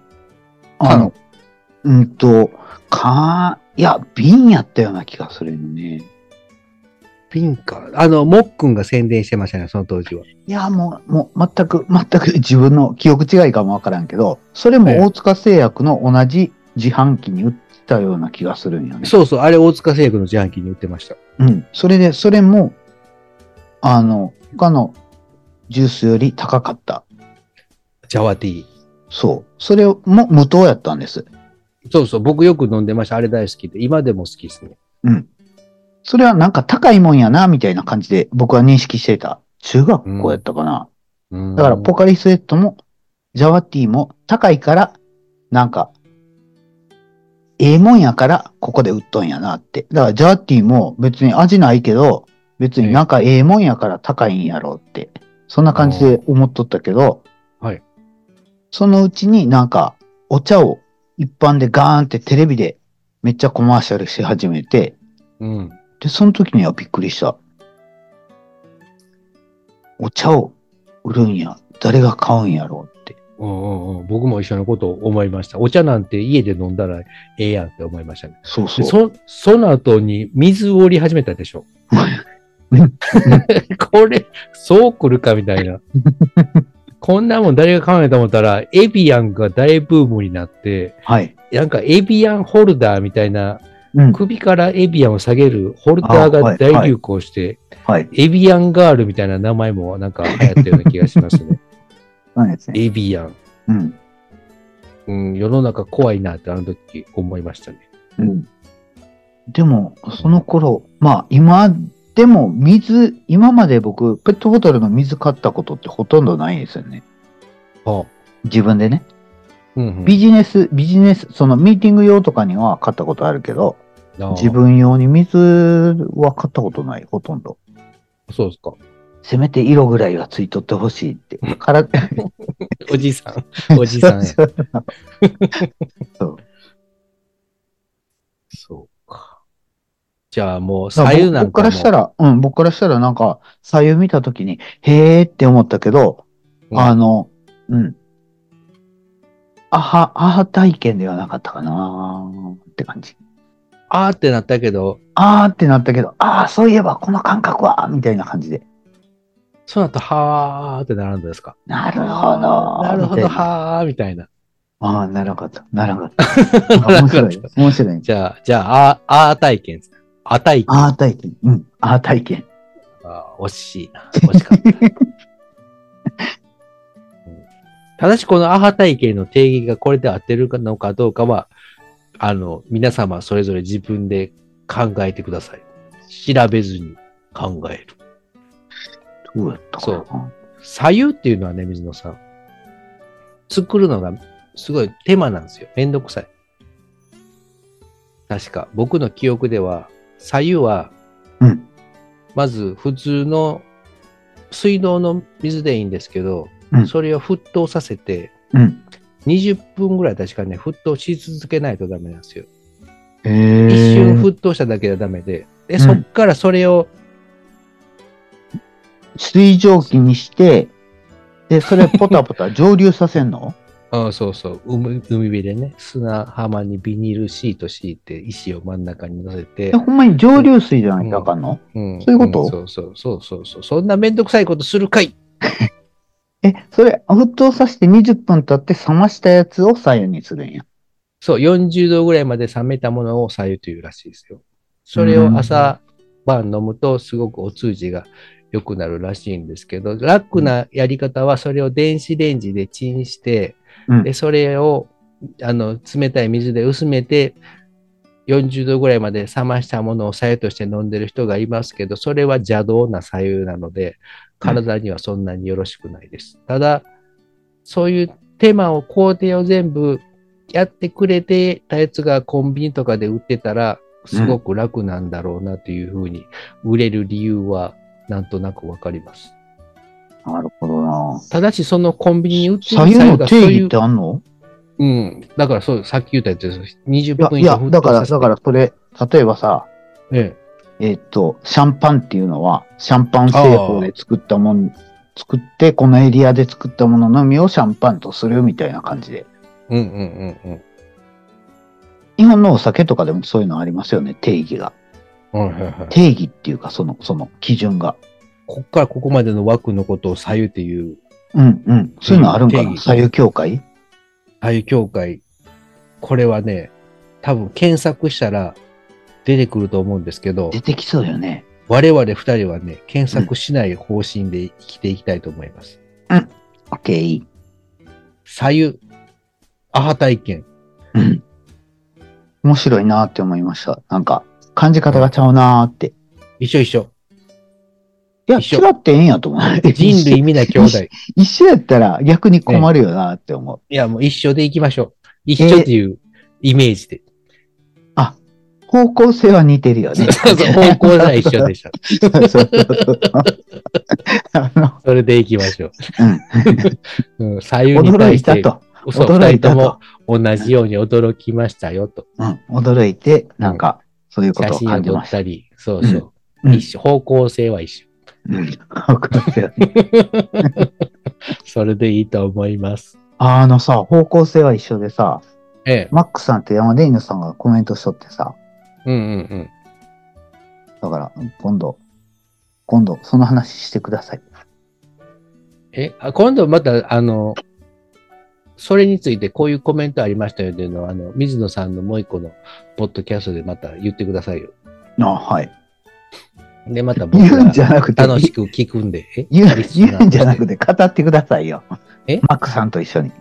Speaker 1: あ
Speaker 2: 缶
Speaker 1: の、うんと、かいや、瓶やったような気がするよね。
Speaker 2: ピンか。あの、もっくんが宣伝してましたね、その当時は。
Speaker 1: いや、もう、もう、全く、 全く自分の記憶違いかもわからんけど、それ
Speaker 2: ええ
Speaker 1: も大塚製薬の同じ自販機に売ってたような気がするんよね。
Speaker 2: そうそう、あれ大塚製薬の自販機に売ってました。
Speaker 1: うん。それで、それも、あの、他のジュースより高かった。
Speaker 2: ジャワティー。
Speaker 1: そう。それも無糖やったんです。
Speaker 2: そうそう、僕よく飲んでました。あれ大好きで。今でも好きですね。
Speaker 1: うん。それはなんか高いもんやな、みたいな感じで僕は認識してた。中学校やったかな。だから、ポ
Speaker 2: ポ
Speaker 1: カリスエットも、ジャワティーも高いから、なんか、ええもんやから、ここで売っとんやなって。だから、ジャワティーも別に味ないけど、別になんかええもんやから高いんやろうって。そんな感じで思っとったけど、
Speaker 2: はい。
Speaker 1: そのうちになんか、お茶を一般でガーンってテレビでめっちゃコマーシャルし始めて、
Speaker 2: うん。
Speaker 1: で、その時にはびっくりした。お茶を売るんや。誰が買うんやろうって。
Speaker 2: うんうんうん、僕も一緒のことを思いました。お茶なんて家で飲んだらええやんって思いましたね。
Speaker 1: そう
Speaker 2: で
Speaker 1: そう。
Speaker 2: そその後に水を売り始めたでしょ。 これ、そう来るかみたい な。こんなもん誰が考えたと思ったら、エビアンが大ブームになって、
Speaker 1: はい。
Speaker 2: なんかエビアンホルダーみたいな、
Speaker 1: うん。
Speaker 2: 首からエビアンを下げるホルダー
Speaker 1: あ
Speaker 2: が
Speaker 1: はい
Speaker 2: 大流行して、
Speaker 1: はい。
Speaker 2: エビアンガールみたいな名前もなんか流行ったような気がします ね。
Speaker 1: そうですね。
Speaker 2: エビアン。
Speaker 1: うん。
Speaker 2: うん、世の中怖いなってあの時思いましたね。
Speaker 1: うん。でも、その頃、まあ、今でも水、今まで僕、ペットボトルの水買ったことってほとんどないんですよね。
Speaker 2: はあ
Speaker 1: 自分でね。
Speaker 2: うんうん
Speaker 1: ビジネス、ビジネス、そのミーティング用とかには買ったことあるけど、
Speaker 2: ああ
Speaker 1: 自分用に水は買ったことない、ほとんど。
Speaker 2: そうですか。
Speaker 1: せめて色ぐらいはついとってほしいって。から
Speaker 2: おじさ ん。おじさんや。
Speaker 1: そう
Speaker 2: そうか。じゃあもう、左右なんか
Speaker 1: 僕から
Speaker 2: も。
Speaker 1: したら、うん、僕からしたらなんか、左右見たときに、へーって思ったけど、
Speaker 2: うん
Speaker 1: あの、うん。あは、あは体験ではなかったかなーって感じ。
Speaker 2: あーってなったけど、
Speaker 1: あーってなったけど、あーそういえばこの感覚はみたいな感じで。
Speaker 2: その後、はーってなるんですか。
Speaker 1: なるほどー。
Speaker 2: なるほ
Speaker 1: み
Speaker 2: ど、
Speaker 1: たいな
Speaker 2: はーみたいな。
Speaker 1: あーならなかった。な らなかった。あ面白い。面白い。
Speaker 2: じゃあ、じゃあ、あー、あー体験です。あ体験。
Speaker 1: あー体験。うん。あー体験。
Speaker 2: あー惜しいな。惜しか った。うんただし、このアハ体験の定義がこれで合ってるのかどうかは、あの、皆様それぞれ自分で考えてください。調べずに考える。
Speaker 1: どうやったかな。
Speaker 2: 左右っていうのはね、水野さん。作るのがすごい手間なんですよ。めんどくさい。確か、僕の記憶では、左右は、
Speaker 1: うん。
Speaker 2: まず普通の水道の水でいいんですけど、
Speaker 1: うん
Speaker 2: それを沸騰させて、
Speaker 1: うん。
Speaker 2: 20分ぐらい確かね、沸騰し続けないとダメなんですよ。
Speaker 1: 一
Speaker 2: 一瞬沸騰しただけではダメで、で、
Speaker 1: ん
Speaker 2: そっからそれを、
Speaker 1: 水蒸気にして、で、それポタポ タ蒸留させんの
Speaker 2: あそうそう海、海辺でね、砂浜にビニールシート敷いて、石を真ん中に乗せて
Speaker 1: え、ほんまに蒸留水じゃないとあかんの、
Speaker 2: うん、
Speaker 1: そういうこと
Speaker 2: んそうそうそうそうそう、そんなめんどくさいことするかい
Speaker 1: え、それ沸騰させて20分経って冷ましたやつを左右にするんや。
Speaker 2: そう、40度ぐらいまで冷めたものを左右というらしいですよ。それを朝晩飲むとすごくお通じが良くなるらしいんですけど、楽なやり方はそれを電子レンジでチンして、
Speaker 1: うん
Speaker 2: でそれをあの冷たい水で薄めて、40度ぐらいまで冷ましたものを左右として飲んでる人がいますけど、それは邪道な左右なので、体にはそんなによろしくないです。ただ、そういう手間を、工程を全部やってくれてたやつがコンビニとかで売ってたら、すごく楽なんだろうなというふうに、売れる理由はなんとなくわかります。
Speaker 1: なるほどな。
Speaker 2: ただし、そのコンビニに売ってる
Speaker 1: 左右
Speaker 2: 際
Speaker 1: の
Speaker 2: がそう
Speaker 1: 定
Speaker 2: い
Speaker 1: 義
Speaker 2: う
Speaker 1: って、あんの
Speaker 2: うん、だからそう、さっき言ったやつです。20
Speaker 1: いや、
Speaker 2: 分以
Speaker 1: い
Speaker 2: 上
Speaker 1: や、だから、だからそれ、例えばさ、
Speaker 2: ら、え
Speaker 1: えっと、シャンパンっていうのは、シャンパン製法で作ったもん、作って、このエリアで作ったもののみをシャンパンとするみたいな感じで。
Speaker 2: え、うんうんうんうん。
Speaker 1: 日本のお酒とかでもそういうのありますよね、定義が。
Speaker 2: はいはいはい
Speaker 1: 定義っていうか、その、その基準が。
Speaker 2: ここからここまでの枠のことを左右っていう、
Speaker 1: うんうん。そういうのあるんか
Speaker 2: 定
Speaker 1: な
Speaker 2: 義
Speaker 1: 左右境界
Speaker 2: 左右境界、これはね、多分検索したら出てくると思うんですけど、
Speaker 1: 出てきそうよね。
Speaker 2: 我々二人はね、検索しない方針で生きていきたいと思います。
Speaker 1: オッケー。
Speaker 2: 左右、アハ体験。
Speaker 1: うん。面白いなって思いました。なんか、感じ方がちゃうなーって。
Speaker 2: 一緒一緒。
Speaker 1: いや、
Speaker 2: 一緒
Speaker 1: 違ってええんやと思 う。
Speaker 2: 人類皆兄弟。い
Speaker 1: 一緒やったら逆に困るよなって思う。
Speaker 2: や、もう一緒で行きましょう。一緒っていうイメージで。
Speaker 1: 方向性は似てるよ ね。
Speaker 2: そうそう 方向が一緒でした。
Speaker 1: そうそうそうあの、
Speaker 2: それで行きましょう。うん、左右に
Speaker 1: 驚
Speaker 2: 対
Speaker 1: い
Speaker 2: したて、
Speaker 1: と。
Speaker 2: そう
Speaker 1: 驚いた
Speaker 2: 二人と
Speaker 1: と
Speaker 2: も同じように驚きましたよと。
Speaker 1: うん、驚いて、なんか、そういうこ
Speaker 2: 写
Speaker 1: とを
Speaker 2: 真を
Speaker 1: 感じ
Speaker 2: 撮
Speaker 1: ま
Speaker 2: っ
Speaker 1: した。
Speaker 2: たり、そうそう。
Speaker 1: うん
Speaker 2: 一緒、方向性は一緒。
Speaker 1: うん、 方向性はね
Speaker 2: それでいいと思います。
Speaker 1: あのさ、方向性は一緒でさ、
Speaker 2: ええ。
Speaker 1: マックさんと山田犬さんがコメントしとってさ、
Speaker 2: うんうんうん。
Speaker 1: だから、今度、今度、その話してください。
Speaker 2: え、あ今度また、あの、それについてこういうコメントありましたよっていうのは、あの、水野さんのもう一個のポッドキャストでまた言ってくださいよ。
Speaker 1: あはい。
Speaker 2: で、また僕
Speaker 1: 言うんじ
Speaker 2: が
Speaker 1: ゃなくて、
Speaker 2: 楽しく聞くんで。え
Speaker 1: 言う
Speaker 2: リスナーとし
Speaker 1: 言うんじゃなくて語ってくださいよ。
Speaker 2: え
Speaker 1: マックさんと一緒に。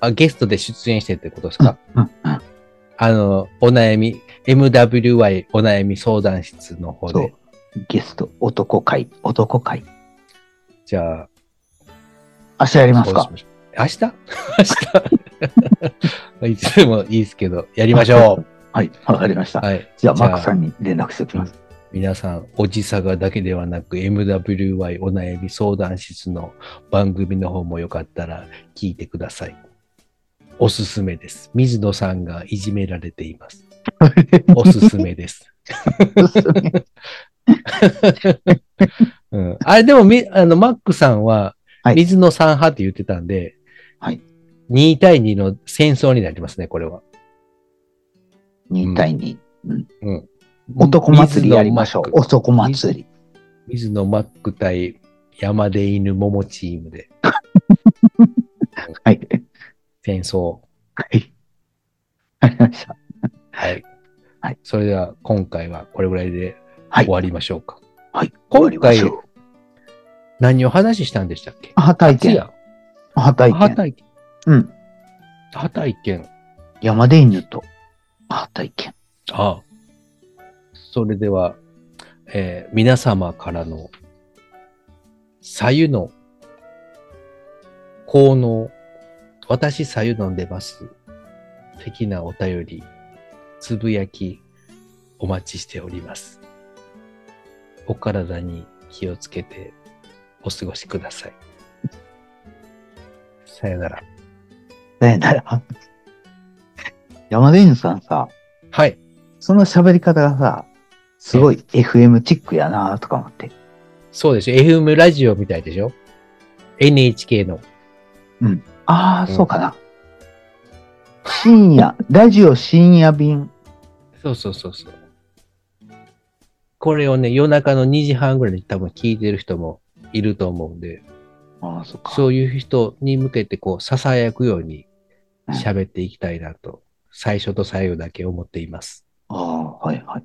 Speaker 2: あ、ゲストで出演してってことですか、
Speaker 1: うんうん
Speaker 2: あの、お悩み、MWY お悩み相談室の方
Speaker 1: そう
Speaker 2: で。。
Speaker 1: ゲスト、男会、男会。
Speaker 2: じゃあ、
Speaker 1: 明日やります
Speaker 2: そうし
Speaker 1: か
Speaker 2: ましょう明日 明日 いつでもいいですけど、やりましょう。
Speaker 1: はい、わかり ました。
Speaker 2: はい。
Speaker 1: じゃあ、マックさんに連絡してお きます。
Speaker 2: 皆さん、おじさがだけではなく、MWY お悩み相談室の番組の方もよかったら聞いてください。おすすめです。水野さんがいじめられてい ます。おすすめです。うん、あれ、でもみ、あの、マックさんは
Speaker 1: は、い
Speaker 2: 水野さん派って言ってたんで、
Speaker 1: はい
Speaker 2: 2対2の戦争になりますね、これは。
Speaker 1: 2対2。
Speaker 2: うん。
Speaker 1: 男祭りやりましょう。
Speaker 2: 水野マック
Speaker 1: 男祭り。
Speaker 2: 水野マック対山で犬桃チームで
Speaker 1: はい。
Speaker 2: 戦争。
Speaker 1: はい。わかりました。
Speaker 2: はい。
Speaker 1: はい
Speaker 2: それでは今回はこれぐらいで
Speaker 1: はい。
Speaker 2: 終わりましょうか。
Speaker 1: はい。
Speaker 2: 今回
Speaker 1: 終わりましょう
Speaker 2: 何を話したんでしたっけ
Speaker 1: アハ体
Speaker 2: 初
Speaker 1: 験。
Speaker 2: や。
Speaker 1: アハ体
Speaker 2: アハ
Speaker 1: 験。
Speaker 2: 体験。
Speaker 1: うん。
Speaker 2: アハ体験。
Speaker 1: 山で犬と、アハ体験。
Speaker 2: ああそれでは、えー皆様からの左右の効能、私左右飲んでます。的なお便り、つぶやき、お待ちしております。お体に気をつけてお過ごしください。さよなら。
Speaker 1: ねえ、だら。山田犬さんさ、
Speaker 2: はい。
Speaker 1: その喋り方がさ、すごい FM チックやなとか思って。
Speaker 2: そうでしょ。FM ラジオみたいでしょ。 NHK の。
Speaker 1: ああ、
Speaker 2: うん
Speaker 1: そうかな。深夜、ラジオ深夜便。
Speaker 2: そうそうそうそう。これをね、夜中の2時半ぐらいに多分聞いてる人もいると思うんで、
Speaker 1: ああ、そうか。
Speaker 2: そういう人に向けてこう、囁くように喋っていきたいなと、最初と最後だけ思っています。
Speaker 1: ああ、はいはい。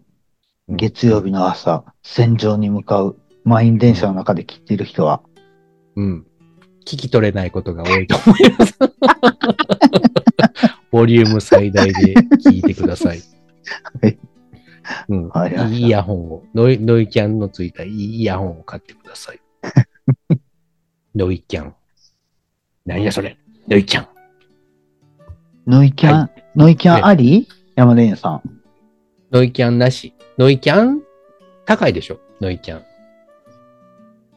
Speaker 2: うん
Speaker 1: 月曜日の朝、戦場に向かう満員電車の中で聞いてる人は、
Speaker 2: うん。聞き取れないことが多いと思います。 ボリューム最大で聞いてください。
Speaker 1: はい。
Speaker 2: うん
Speaker 1: わかりまし。た
Speaker 2: いいイヤホンを、ノイノイキャンのついたいいイヤホンを買ってくだ さい。ノイキャン。何やそれ。ノイキャン。
Speaker 1: ノイキャン、
Speaker 2: は
Speaker 1: ノイキャ
Speaker 2: ね
Speaker 1: ンあり、山田園さん。
Speaker 2: ノイキャンなし。ノイキャン高いでしょノイキャン。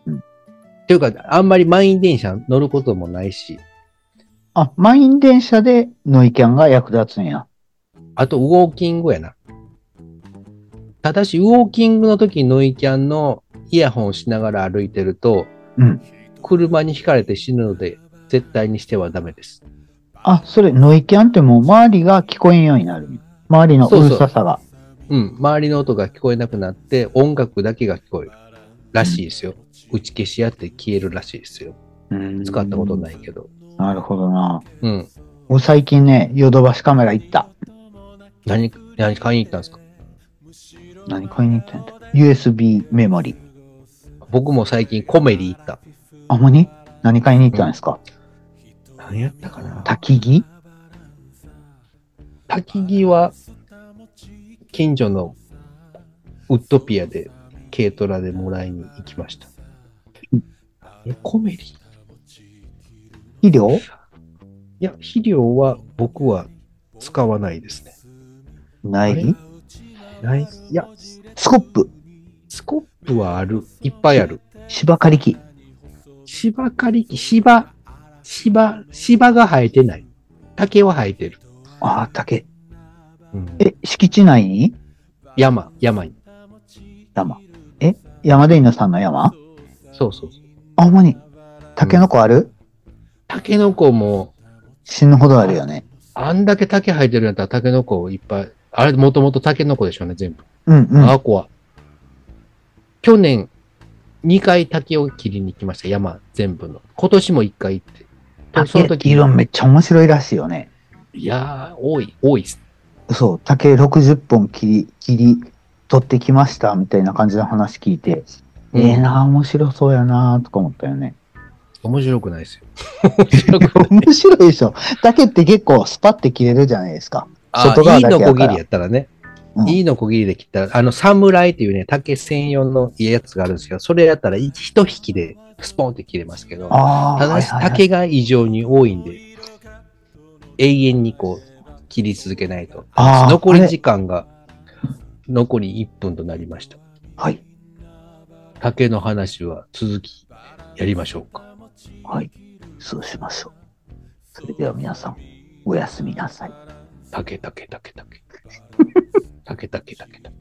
Speaker 1: うん
Speaker 2: っていうか、あんまり満員電車乗ることもないし、
Speaker 1: あ、満員電車でノイキャンが役立つんや。
Speaker 2: あと、ウォーキングやな。ただし、ウォーキングの時ノイキャンのイヤホンをしながら歩いてると、
Speaker 1: うん
Speaker 2: 車にひかれて死ぬので、絶対にしてはダメです。
Speaker 1: あ、それ、ノイキャンってもう周りが聞こえんようになるんや。周りのうるささが。
Speaker 2: うん、周りの音が聞こえなくなって、音楽だけが聞こえるらしいですよ。打ち消し合って消えるらしいですよ。
Speaker 1: うん
Speaker 2: 使ったことないけど。
Speaker 1: なるほどな。
Speaker 2: うん。
Speaker 1: もう最近ね、ヨドバシカメラ行った。
Speaker 2: 何、何買いに行ったんですか
Speaker 1: 何買いに行ったんだ ?USB メモリ。
Speaker 2: 僕も最近コメリ行った。
Speaker 1: あ、ほんまに何買いに行ったんですか、
Speaker 2: 何やったかな
Speaker 1: 焚き木
Speaker 2: 焚き木は近所のウッドピアで軽トラでもらいに行きました。えコメリい
Speaker 1: 肥料
Speaker 2: や、肥料は僕は使わないですね。
Speaker 1: 苗木
Speaker 2: ないいや、
Speaker 1: スコップ
Speaker 2: スコップはある。いっぱいある。
Speaker 1: 芝刈り機。
Speaker 2: 芝刈り機、芝、芝、芝が生えてない。竹は生えてる。
Speaker 1: ああ、竹。
Speaker 2: うん
Speaker 1: え、敷地内に
Speaker 2: 山、山に。
Speaker 1: 山。え山田稲さんの山
Speaker 2: そうそうそう。
Speaker 1: あ、ほんまにタケノコある、
Speaker 2: タケノコも
Speaker 1: 死ぬほどあるよね。
Speaker 2: あんだけ竹生えてるんやったら竹の子をいっぱい。あれ、もともと竹の子でしょうね、全部。
Speaker 1: うんうん。
Speaker 2: あこは。去年、2回竹を切りに行きました、山全部の。今年も1回行って。
Speaker 1: 竹
Speaker 2: その時
Speaker 1: 理論めっちゃ面白いらしいよね。
Speaker 2: いやー、多い、多いっす。
Speaker 1: そう、竹60本切り、切り取ってきましたみたいな感じの話聞いて、
Speaker 2: うん
Speaker 1: ええな、面白そうやなとか思ったよね。
Speaker 2: 面白くないですよ。面白くない。
Speaker 1: 面白いでしょ。竹って結構スパって切れるじゃないですか。
Speaker 2: あ
Speaker 1: 外
Speaker 2: ー、
Speaker 1: 側
Speaker 2: いい
Speaker 1: だけや
Speaker 2: の
Speaker 1: から
Speaker 2: こぎりやったらね
Speaker 1: う。ん
Speaker 2: いいのこぎりで切ったら、あの、侍っていうね、竹専用のやつがあるんですけど、それやったら一一匹でスポンって切れますけど。
Speaker 1: ああ、
Speaker 2: ただし
Speaker 1: はいはいはい
Speaker 2: 竹が異常に多いんで、永遠にこう、切り続けないと。
Speaker 1: あー
Speaker 2: 残り時間が、残り1分となりました。
Speaker 1: はい。
Speaker 2: 竹の話は続き、やりましょうか。
Speaker 1: はい。そうしましょう。それでは皆さん、おやすみなさい。
Speaker 2: 竹、竹、竹、竹。竹、竹、竹、竹。